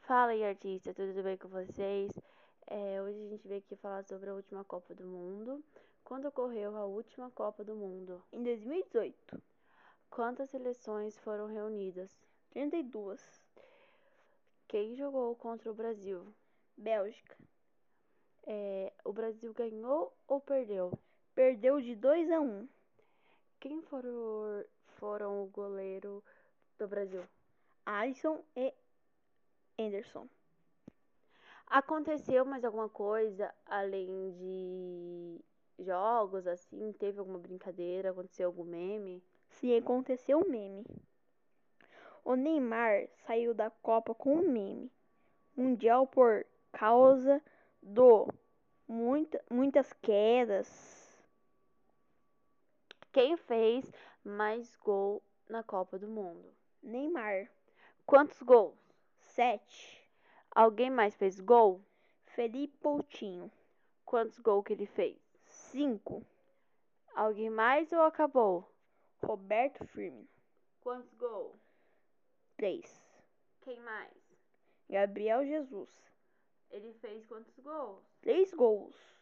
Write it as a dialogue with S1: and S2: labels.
S1: Fala aí, artista, tudo bem com vocês? É, hoje a gente veio aqui falar sobre a última Copa do Mundo. Quando ocorreu a última Copa do Mundo?
S2: Em 2018,
S1: Quantas seleções foram reunidas?
S2: 32,
S1: Quem jogou contra o Brasil?
S2: Bélgica.
S1: É, o Brasil ganhou ou perdeu?
S2: Perdeu de 2 a 1.
S1: Quem foram, foram o goleiro do Brasil?
S2: Alisson e Anderson.
S1: Aconteceu mais alguma coisa além de jogos assim? Teve alguma brincadeira? Aconteceu algum meme?
S2: Se aconteceu um meme. O Neymar saiu da Copa com um meme. Mundial por causa do muita, muitas quedas.
S1: Quem fez mais gol na Copa do Mundo?
S2: Neymar,
S1: Quantos gols?
S2: 7.
S1: Alguém mais fez gol?
S2: Felipe Coutinho,
S1: Quantos gols que ele fez?
S2: 5.
S1: Alguém mais ou acabou?
S2: Roberto Firmino,
S1: Quantos gols?
S2: 3.
S1: Quem mais?
S2: Gabriel Jesus,
S1: Ele fez quantos gols?
S2: 3 gols.